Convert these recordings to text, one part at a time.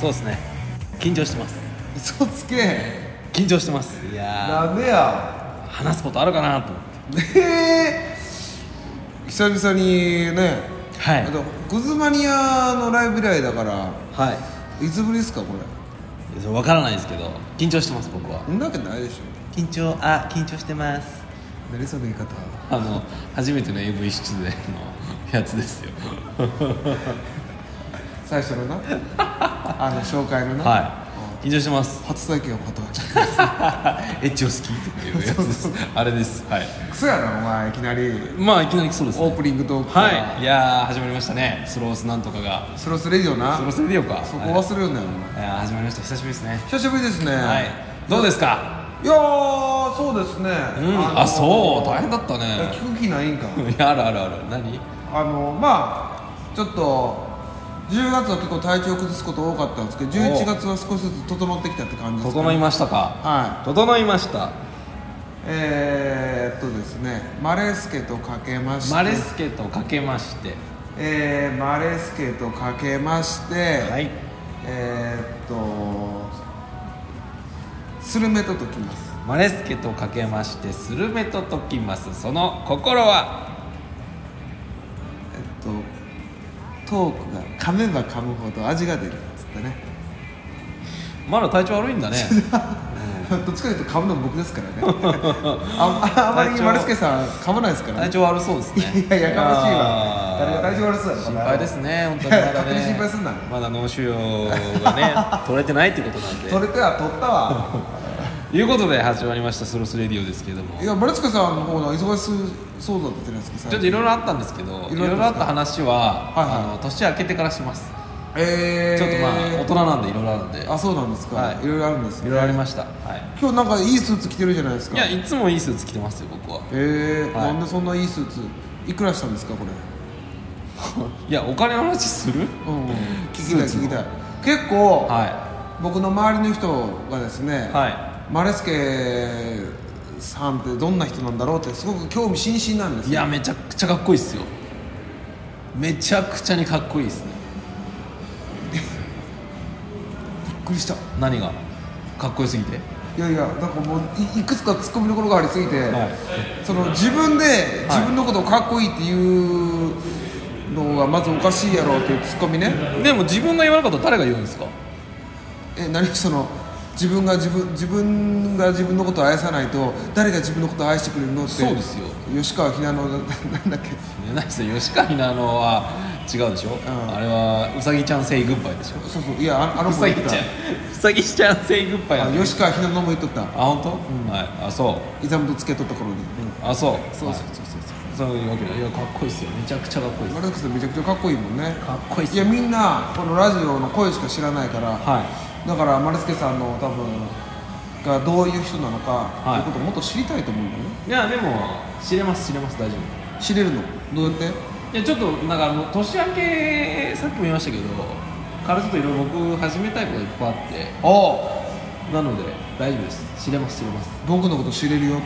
そうですね緊張してます嘘つけ緊張してますいやなんでやー話すことあるかなと思っねえ久々にねてはいあとグズマニアのライブ以来だからはいいつぶりですかこれいやそれ分からないですけど緊張してます僕はんなわけないでしょ緊張あ緊張してます何その言い方あの初めての AV 出演の やつですよ最初の なあの紹介のな、はい緊張してますうん初体験を語っちゃっエッチを好きっていうやつ ですあれですはいたクソやなお前いきなりまあいきなりそうです、ね、オープニングトークからはいいやー始まりましたねスロースなんとかがスロスレディオなスロースレディオかそこはい忘れるんだよ、いやー始まりました久しぶりですね久しぶりですね、はいどうですかいやーそうですね、うんのーあそう大変だったね聞く気ないんかい やあるあるある何あのまあちょっと10月は結構体調崩すこと多かったんですけど11月は少しずつ整ってきたって感じですかね整いましたかは整いましたいえー、っとですねマレースケとかけましてマレスケとかけましてえーマレースケとかけまして、はいえー、っとスルメと解きますマレスケとかけましてスルメと解きますその心はえっとトークが噛めば噛むほど味が出るっつってねまだ体調悪い んだねどっちかというと噛むの僕です からねあああま体り調丸助さん噛まないですから体ね調悪そうですねいやいややかましいあわー誰が体調悪そうやろ心配ですね本当にいやまだ勝手ねに心配すんなまだ脳腫瘍が ね取れてないってことなんで取れては取ったわということで始まりましたスロスレディオですけれどもいちや丸助さんの方の忙しそうだったじゃないですかょっといろいろあったんですけどいいろろいいろろああっったた話は、はいはいあの年明けてからします、えー、ちょっとまあ大人なんでいろいろあるんでいあそうなんですか、はいい、ろいろあるんです、ね、ろいろありました、は今日なんかいいスーツ着てるじゃないですい、かいやいつもいいスーツ着てますよ僕はえーはいなんでそんないいスーツいくらしたんですかこれいやお金の話するうん聞スきたーいツの聞きたい結構、は僕の周りの人がですね、いはマレスケさんってどんな人なんだろうってすごく興味津々なんですいいやめちゃくちゃかっこいいっすよめちゃくちゃにかっこいいっすねびっくりしたい何がかっこよすぎてやいやなんかもういいくつか突っ込みどころがありすぎて、はいその自分で自分のことをかっこいいっていうのがまずおかしいやろうっていうツッコミねでも自分が言わなかったら誰が言うんですかえ何その自分が自分自分が自分のことを愛さないと誰が自分のことを愛してくれるのってそうですよ吉川ひなのななんだっけねないですよ吉川ひなのは違うでしょ、んあれはうさぎちゃん Say Goodbye でしょそうそういやああのう子もさ言ぎってちゃんうさぎちゃん Say Goodbye たなんあだ吉川ひなのも言っとったあ本当、はいあそうイザムとつけとった頃に、あそうそうそうそうはいそういうわけだいやかっこいいっすよめちゃくちゃかっこいいっすマルクスめちゃくちゃかっこいいもんねかっこいいっすいやみんなこのラジオの声しか知らないから、はだから丸助さんの多分がどういう人なのか、はいということをもっと知りたいと思うんだよねいいやでも知れます知れます大丈夫知れるのどうやっていやちょっとなんかあの年明けさっきも言いましたけどからちょっといろいろ僕始めたいことがいっぱいあってああなので大丈夫です知れます知れます僕のこと知れるよ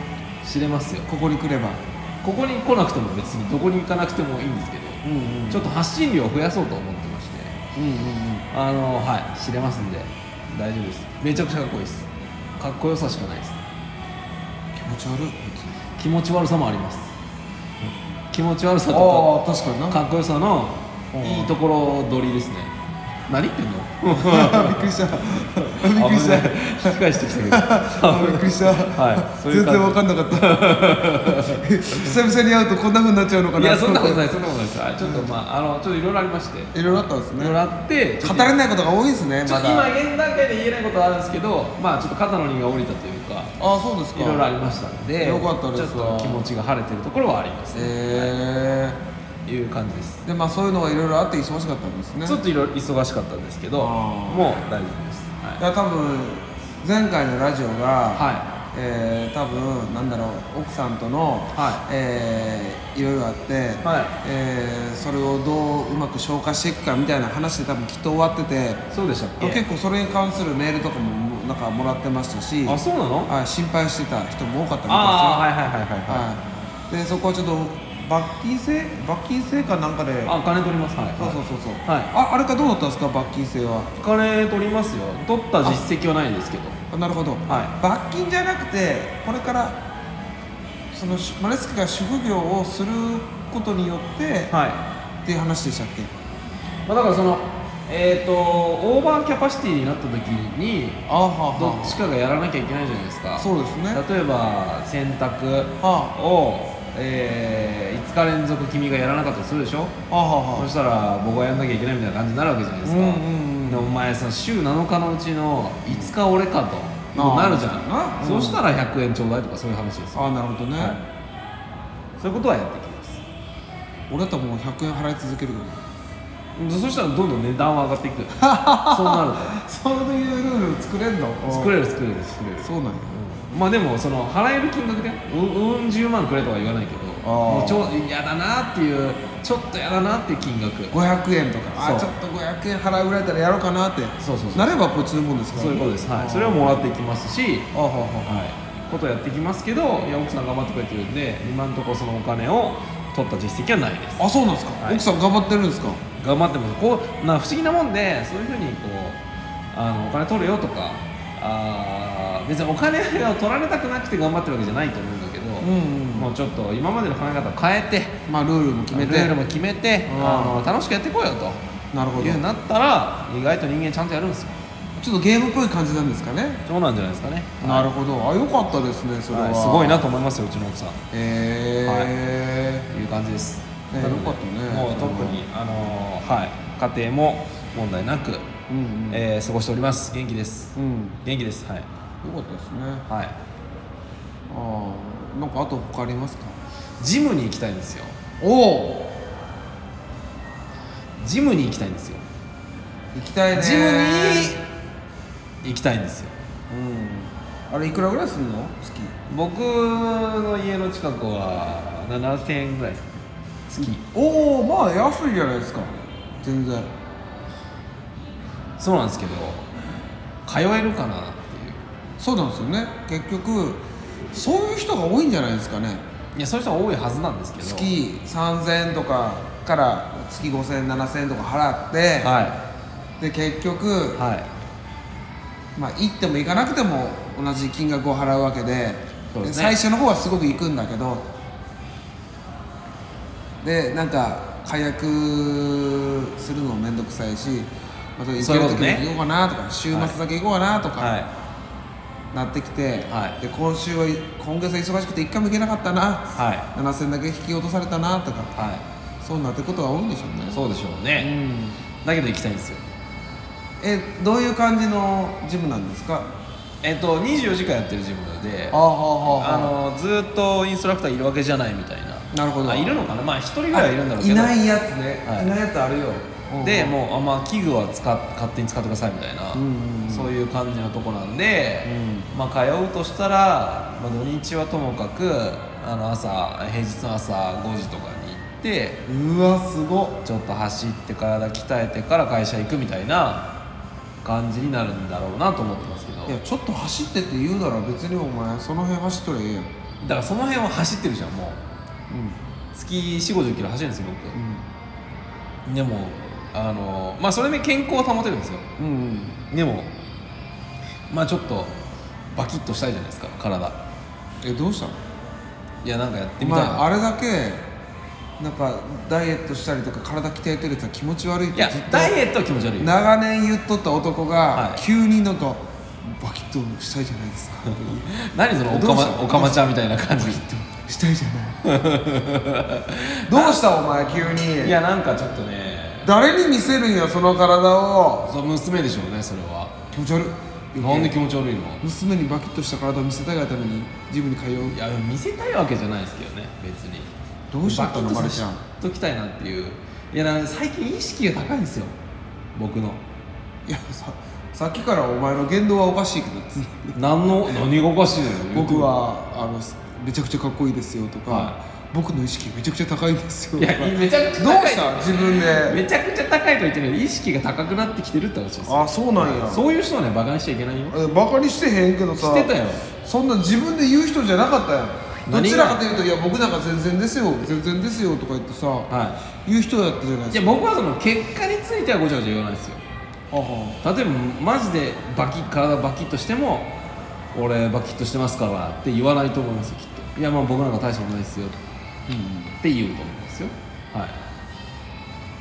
知れますよここに来ればここに来なくても別にどこに行かなくてもいいんですけど、うんうんちょっと発信量を増やそうと思ってましてうんうんうんあのはい知れますんで大丈夫ですめちゃくちゃかっこいいですかっこよさしかないです気持ち悪い気持ち悪さもあります気持ち悪さとああ確かになかかっこよさのうんいいところ取りですね何言ってんのびっくりしたびっくりし 危ない引き返してきたけどたびっくりした、はいそうい全う感じ然わかんなかった 久々に会うとこんなふうになっちゃうのかいなやそんなことないいそんなことないですはいちょっとまああのちょっといろいろありましていいろいろあったんですねろいろあってちょ語っとれないことが多いですねちょまっと今だ現段階で言えないことはあるんですけどまあちょっと肩の荷が下りたというかあそうですかいろいろありましたのでよかったですちょっと気持ちが晴れてるところはありますねえいう感じですー、でまあそういうのがいろいろあって忙しかったんですねちょっといろいろ忙しかったんですけどあーもう大丈夫ですはいいや多分前回のラジオが、はえー、多分なんだろう奥さんとの、はいえー、いろいろあって、はいえーそれをどううまく消化していくかみたいな話で多分きっと終わってていそうでしたっけ結構それに関するメールとかもなんかもらってましたしあそうなのはい心配してた人も多かったみたいですよああはいはいはいはいはいはい、でそこはちょっと罰金制罰金制かなんかであ金取りますはいそうそうそうそう、はいああれかどうだったんですか罰金制は金取りますよ取った実績はないですけどあなるほど、は罰金じゃなくてこれからそのしマレスキが主婦業をすることによって、はい、っていう話でしたっけまあ、だからそのえっ、とオーバーキャパシティになった時にあはあどっちかがやらなきゃいけないじゃないですかそうですね例えば洗濯はを、えー5日連続君がやらなかったとするでしょあはあはそしたら僕がやんなきゃいけないみたいな感じになるわけじゃないですか、うんうんうんでお前さ週7日のうちの5日俺かとあなあるじゃん、うんそうしたら100円ちょうだいとかそういう話ですよ、ああなるほどね、はいそういうことはやっていきます俺だったらもう100円払い続けるけどでそしたらどんどん値段は上が っていくそうなそういうルール作れんのると作れる作れる作れるそうなんやまあでもその払える金額でうんうん10万くれとは言わないけどあーもうちょ嫌だなっていうちょっと嫌だなっていう金額500円とかあちそょうっと500円払うぐらいだったらやろうかなってそうそうそうなればこっちのもんですからそういうことです、はい、それをもらっていきますしあはあははい、ことをやっていきますけど、いや奥さん頑張ってくれてるんで、今のところそのお金を取った実績はないです。ああそうなんですか、はい奥さん頑張ってるんですか頑張ってます。こうな不思議なもんで、そういうふうにこうあのお金取るよとか、あー別にお金を取られたくなくて頑張ってるわけじゃないと思うんだけど、んもうちょっと今までの考え方を変えて、まあルールも決めルてールも決めて、うんあの楽しくやっていこうよと。なるほどいうようになったら意外と人間ちゃんとやるんですよ。ちょっとゲームっぽい感じなんですかねそうなんじゃないですかね。なるほどあよかったですねそれは、はい、すごいなと思いますようちの奥さん。へえいう感じです。ねなのでよかったねもう特にあのーはい家庭も問題なく、うんうん、えー過ごしております。元気です。うん元気です。はいよかったですねはい。ああなんかあと他ありますかジムに行きたいんですよ。おおジムに行きたいんですよ。行きたいねジムに行きたいんですよ。うんあれいくらぐらいすんの好き僕の家の近くは7000円ぐらいですかね。おおまあ安いじゃないですか全然月。そうなんですけど通えるかなっていう。そうなんですよね結局そういう人が多いんじゃないですかねいやそういう人が多いはずなんですけど。月3000円とかから月50007000円とか払って、はで結局、いはい。まあ行っても行かなくても同じ金額を払うわけでそうでですね最初の方はすごく行くんだけどでなんか解約するのも面倒くさいしまた行けそういうるこ時とにね行こうかなとか週末だけ行こうかなとか、はい。なってきて、はでい今週はい今月は忙しくて一回も行けなかったな、はい7000だけ引き落とされたなとかはそうなってくことが多いんでしょうねい。そうでしょうね。んだけど行きたいんですよ。えどういう感じのジムなんですかえっと、24時間やってるジムでああはのずーっとインストラクターいるわけじゃないみたいななるほどあいるのかなまあ1人ぐらいはいるんだろうけいどないやつね、はいい、ないやつあるよでもうあまあ器具は使っ勝手に使ってくださいみたいな、うんうんうんそういう感じのとこなんで、うまあ、通うとしたら、まあ、土日はともかくあの朝平日の朝5時とかに行ってうわすごっちょっと走って体鍛えてから会社行くみたいな感じになるんだろうなと思ってますけどいやちょっと走ってって言うなら別にお前その辺走っとりゃええやんだからその辺は走ってるじゃんもう月4 5 0キロ走るんですようん僕でもあのまあそれで健康を保てるんですようんうんうんでもまあちょっとバキッとしたいじゃないですか体えどうしたのいやなんかやっておみたい前な、あれだけなんかダイエットしたりとか体鍛えてるって気持ち悪いっいてやずっダイとエットは気持ち悪いよ長年言っとった男がはい急になんかバキッとしたいじゃない ですか何そのおどかうしたまおかまちゃんみたいな 感じしたいじゃないどうしたお前急いにやなんかちょっとね誰に見せるんやその体をそう娘でしょうねそれは気持ち悪いなんで気持ち悪いの娘にバキッとした体を見せたいがためにジムに通ういや見せたいわけじゃないですけどね別にどうしちゃったのバキッとマルちゃんしときたいなっていういやなんか最近意識が高いんですよ僕のいやささっきからお前の言動はおかしいけどつ 何の何がおかしいのよ僕はあのめちゃくちゃかっこいいですよとか、は僕の意識めちゃくちゃ高いですよいとかやめちゃくちゃどう高いした自分でめちゃくちゃ高いと言ってるのに意識が高くなってきてるって話ですよあそうなんやそういう人はねバカにしちゃいけないよえバカにしてへんけどさしてたよそんな自分で言う人じゃなかったやんど何がちらかというといや僕なんか全然ですよ全然ですよとか言ってさ、は言う人だったじゃないでいいやすか僕はその結果についてはごちゃごちゃ言わないですよあは例えばマジでバキッ体バキッとしても俺バキッとしてますからって言わないと思いますよきっといやまあ僕なんか大したことないですよって言うと思うんですよはい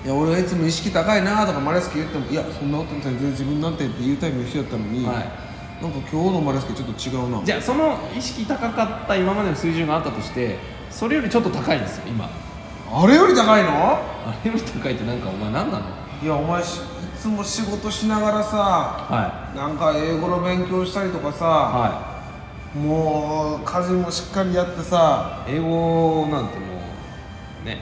いや俺はいつも意識高いなとかマレスケ言ってもいやそんなことない全然自分なんてって言うタイプの人だったのに、はいなんか今日のマレスケちょっと違うなじゃあその意識高かった今までの水準があったとしてそれよりちょっと高いんですよ今あれより高いのあれより高いってなんかお前何なのいやお前しいつも仕事しながらさはなんか英語の勉強したりとかさ、いはもう家事もしっかりやってさい英語なんてもうね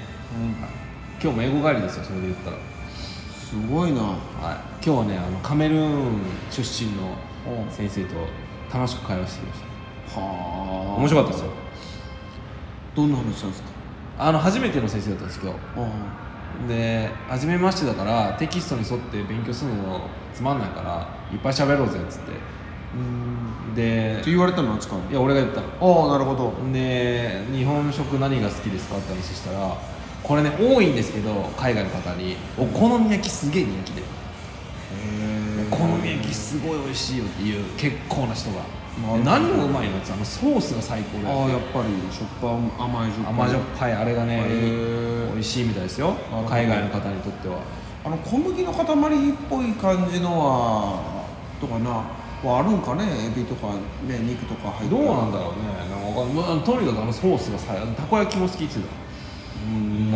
今日も英語帰りですよそれで言ったらすごいなはい、今日はねあのカメルーン出身のうん先生と楽しく会話してきましたはあ面白かったですよどんな話なんですかあの初めての先生だったんです今あ日で初めましてだからテキストに沿って勉強するのつまんないからいっぱい喋ろうぜっつってうーんでって言われたのあっちからいや俺が言ったのああなるほどで日本食何が好きですかって話したらこれね多いんですけど海外の方にお好み焼きすげえ人気でお好み焼きすごい美味しいよっていう結構な人がなるほどで何がうまいのって言ったらあのソースが最高あだよあやっぱりしょっぱ甘いしょっぱ甘じょっぱいあれがねへー美味しいみたいですよほど海外の方にとってはあの小麦の塊っぽい感じのはとかなはあるんかねエビとかね肉とか入ってどうなんだろうねなんかわかんまあとにかくあのソースがさたこ焼きも好きって言ってた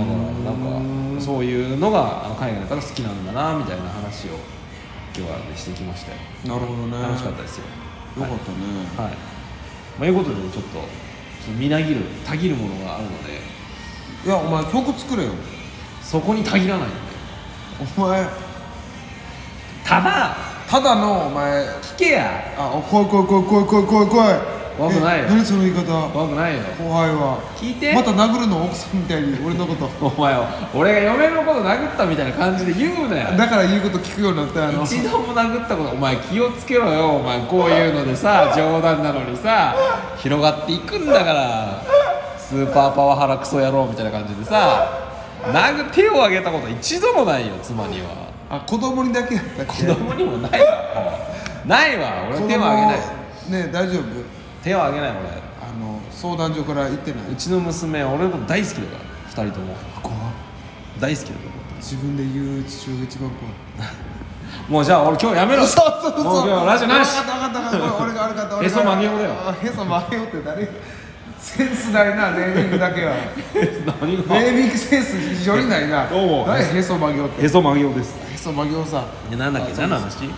だからなんかそういうのがあの海外の方好きなんだなみたいな話を今日は、ね、してきましたよなるほどね楽しかったですよよかったね、はい、まあ、いうことでちょっとそのみなぎるたぎるものがあるのでい、やお前曲作れよそこにたぎらないのでお前ただただのお前聞けやあお怖い怖い怖い怖い怖い怖い怖い怖くないえ何その言い方怖くないよ怖いわ聞いてまた殴るの奥さんみたいに俺のことお前を俺が嫁のこと殴ったみたいな感じで言うなよだから言うこと聞くようになったよあの一度も殴ったことお前気をつけろよお前こういうのでさ冗談なのにさ広がっていくんだからスーパーパワハラクソ野郎みたいな感じでさ殴手を挙げたこと一度もないよ妻にはあ子供にだけやったっけ子供にもないわないわ俺手を挙げない子供ね大丈夫手を挙げない俺あの相談所から行ってないうちの娘俺のこと大好きだから2人とも怖っ大好きだか自分で言う父親が一番怖いらもうじゃあ俺今日やめろそうそうそうもう今日ラジオなし分かった分かった分かった俺が悪かった俺が悪かったへそ曲げようだよあへそ曲げようって誰センスないなネーミングだけ は何がネーミングセンス非常にないなどうも誰へそ曲げようってへそ曲げようですへそ曲げようさでなんだっけ何の話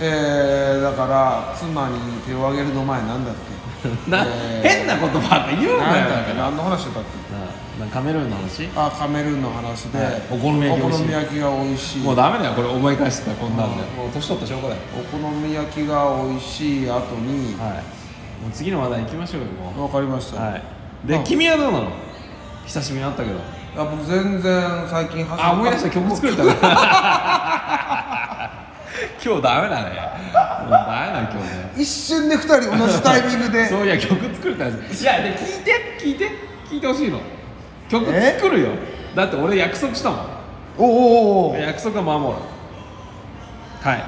えー、だから妻に手を挙げるの前なんだっけ なえー変な言葉って言うななんよだっけ何の話だったっけななカメルーンの話あカメルーンの話で、はいお好み焼き美お味しい好み焼きが美味しいもうダメだよこれ思い返してたらこんなんでもう年取った証拠だよお好み焼きが美味しい後にわ、はいもう次の話題行きましょうよもかりましうた、はいで君はどうなの久しぶりに会ったけどあ僕全然最近走あ思い出した曲作れたから今日ダメだねもうダメだ今日ね 一瞬で2人同じタイミングで そういや曲作れたんですいやで聞いて聞いて聞いてほしいの曲作るよだって俺約束したもんおおおお約束は守るはい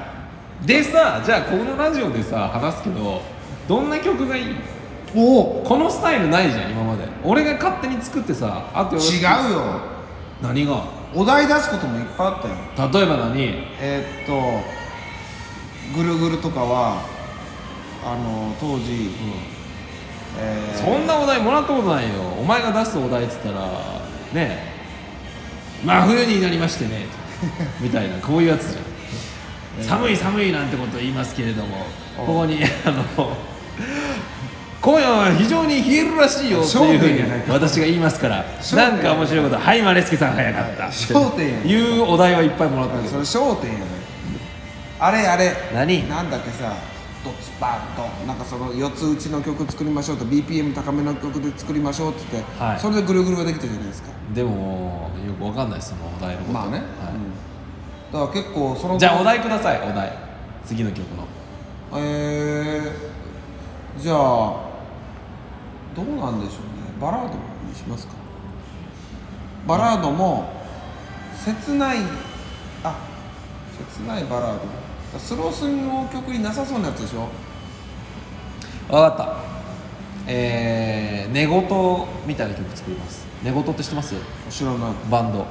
でさじゃあこのラジオでさ話すけどどんな曲がいいおおこのスタイルないじゃん今まで俺が勝手に作ってさあとよろし違くうよ何がお題出すこともいっぱいあったよ例えば何えーっとぐるぐるとかはあの当時、えーそんなお題もらったことないよお前が出すお題っつったらねえ真冬になりましてねみたいなこういうやつじゃん、 寒い寒いなんてこと言いますけれどもここにあの今夜は非常に冷えるらしいよっていうふ焦う点にやないか私が言いますから焦点やなんか面白いこと「はいマレスケさん早かった」はい焦点やないいうお題はいっぱいもらったけそどれ焦点やねあれあれ何なんだっけさドツパンとなんかその四つ打ちの曲作りましょうと BPM 高めの曲で作りましょうって言って、はいそれでぐるぐるができたじゃないですかでもよくわかんないですそのお題のことまあね、うはんだから結構そのいじゃあお題くださいお題次の曲のえー、じゃあどうなんでしょうねバラードにしますかバラードも切ないあ切ないバラードスロースの曲になさそうなやつでしょわかったえー、寝言みたいな曲作ります寝言って知ってます知らないバンド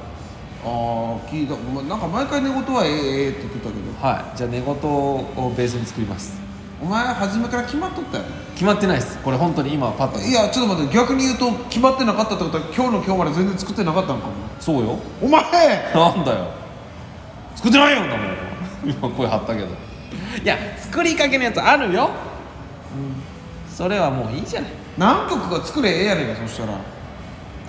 あー聞いたまなんか毎回寝言はええええって言ってたけどはいじゃあ寝言をベースに作りますお前初めから決まっとったよね決まってないですこれ本当に今パッといやちょっと待って逆に言うと決まってなかったってことは今日の今日まで全然作ってなかったんかもそうよお前なんだよ作ってないよんだもん今声張ったけどいや作りかけのやつあるよ、それはもういいじゃない何曲か作れええやねんかそしたらいや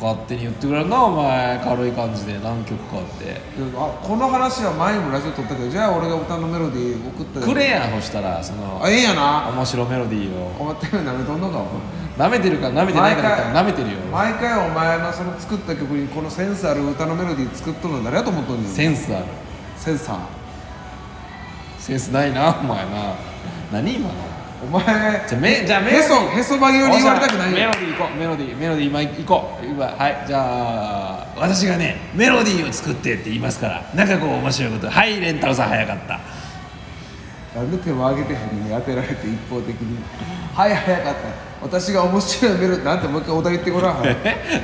勝手に言ってくれるなお前軽い感じで何曲かあってあこの話は前にもラジオ撮ったけどじゃあ俺が歌のメロディー送ったよくれやそしたらそのあええやな面白メロディーをお前テレビ舐めとんのかお舐めてるか舐めてないかだったら毎回舐めてるよ前毎回お前のその作った曲にこのセンスある歌のメロディー作っとるの誰やと思っとんねんセンスあるセンサーセンスないなお前な何今のお前じゃあめじゃあメロへディーそへそ曲げように言われたくないメよロディー行こうメロディーメロディー今行こう今はいじゃあ私がねメロディーを作ってって言いますからなんかこう面白いことはいレンタルさん早かったなんで手も上げてへんのに当てられて一方的に「はい早かった私が面白いメロディー」なんてもう一回お題言ってごら ん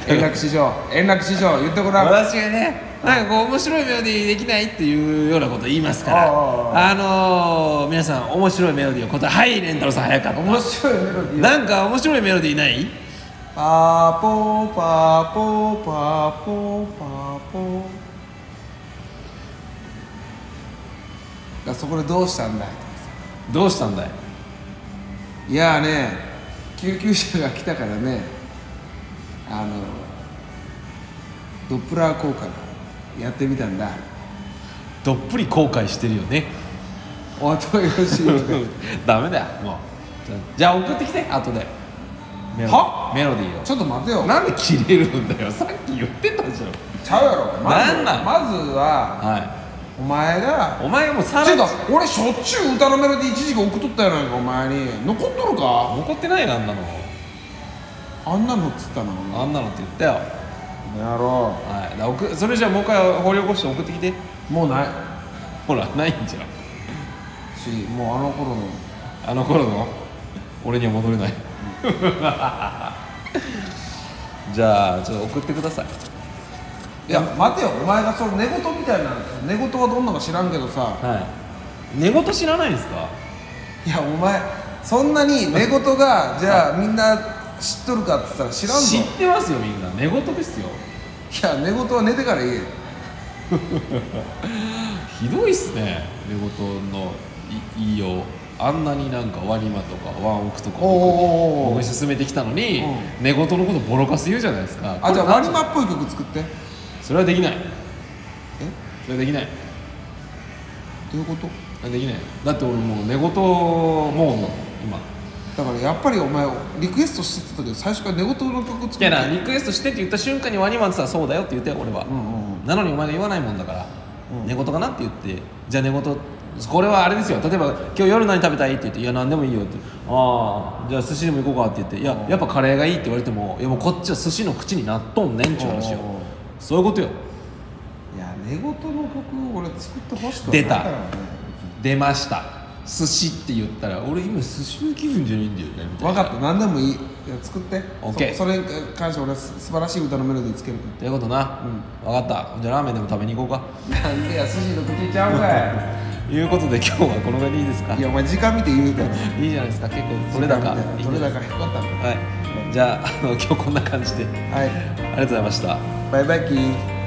円楽師匠円楽師匠言ってごらん私がねなんかこう面白いメロディーできないっていうようなこと言いますからああのー、皆さん面白いメロディーを答えはいレンタルさん早かった面白いメロディーなんか面白いメロディーないパーポーパーポーパーポーパーポーだからそこでどうしたんだいどうしたんだいいやーね救急車が来たからねあのドップラー効果やってみたんだどっぷり後悔してるよねお後がよろしいダメだよもうじゃあじゃあ送ってきて後でメロディーはメロディー をちょっと待てよなんで切れるんだよさっき言ってたじゃんちゃうやろまずなんなんまずははお前がいお前がもうさちょらっにと俺しょっちゅう歌のメロディー一時期送っとったやないかお前に残っとるか残ってないよあんなのあんなのっつったなあんなのって言ったよやろはいだから送それじゃあもう一回掘り起こして送ってきてうもうないほらないんじゃんしもうあの頃のあの頃の俺には戻れ ないじゃあちょっと送ってくださいいや待てよお前がその寝言みたいな寝言はどんなのか知らんけどさはい寝言知らないんですかいやお前そんなに寝言 がじゃあみんな知っとるかって言ったら知らんぞ知ってますよみんな寝言ですよいや寝言は寝てから言えよひどいっすね寝言のい言いようあんなになんかワニマとかワンオクとか僕におうおうおうおう僕に勧めてきたのにう寝言のことボロカス言うじゃないですかあじゃあワこれなんニマっぽい曲作ってえそれはできないそれはできないどういうことそれはできないだって俺もう寝言モード今だからやっぱりお前リクエストしてたけど最初から寝言の曲作っいてやなリクエストしてって言った瞬間にワニマンってさそうだよって言って俺は、うんうんうんなのにお前が言わないもんだから、寝言かなって言ってじゃあ寝言これはあれですよ例えば「今日夜何食べたい?」って言って「いや何でもいいよ」って「ああじゃあ寿司でも行こうか」って言って「いややっぱカレーがいい」って言われても「いやもうこっちは寿司の口になっとんねん」っちゅう話よおうおうおうそういうことよいや寝言の曲俺作ってほしく出たからね出ました寿司って言ったら俺今寿司の気分じゃないんだよねみたい分なかった何でもいいいや作ってオッケーそそれに関して俺はす素晴らしい歌のメロディーつけるかということな、分かったじゃあラーメンでも食べに行こうからなんでや筋の口ちゃうかいうことで今日はこのぐらいでいいです かいいやお前時間見て言うからいいじゃないですか結構取れ高いいんじゃ取れないですか高よかったのはい、じゃああの今日こんな感じであはりいがとうございました。バイバイキー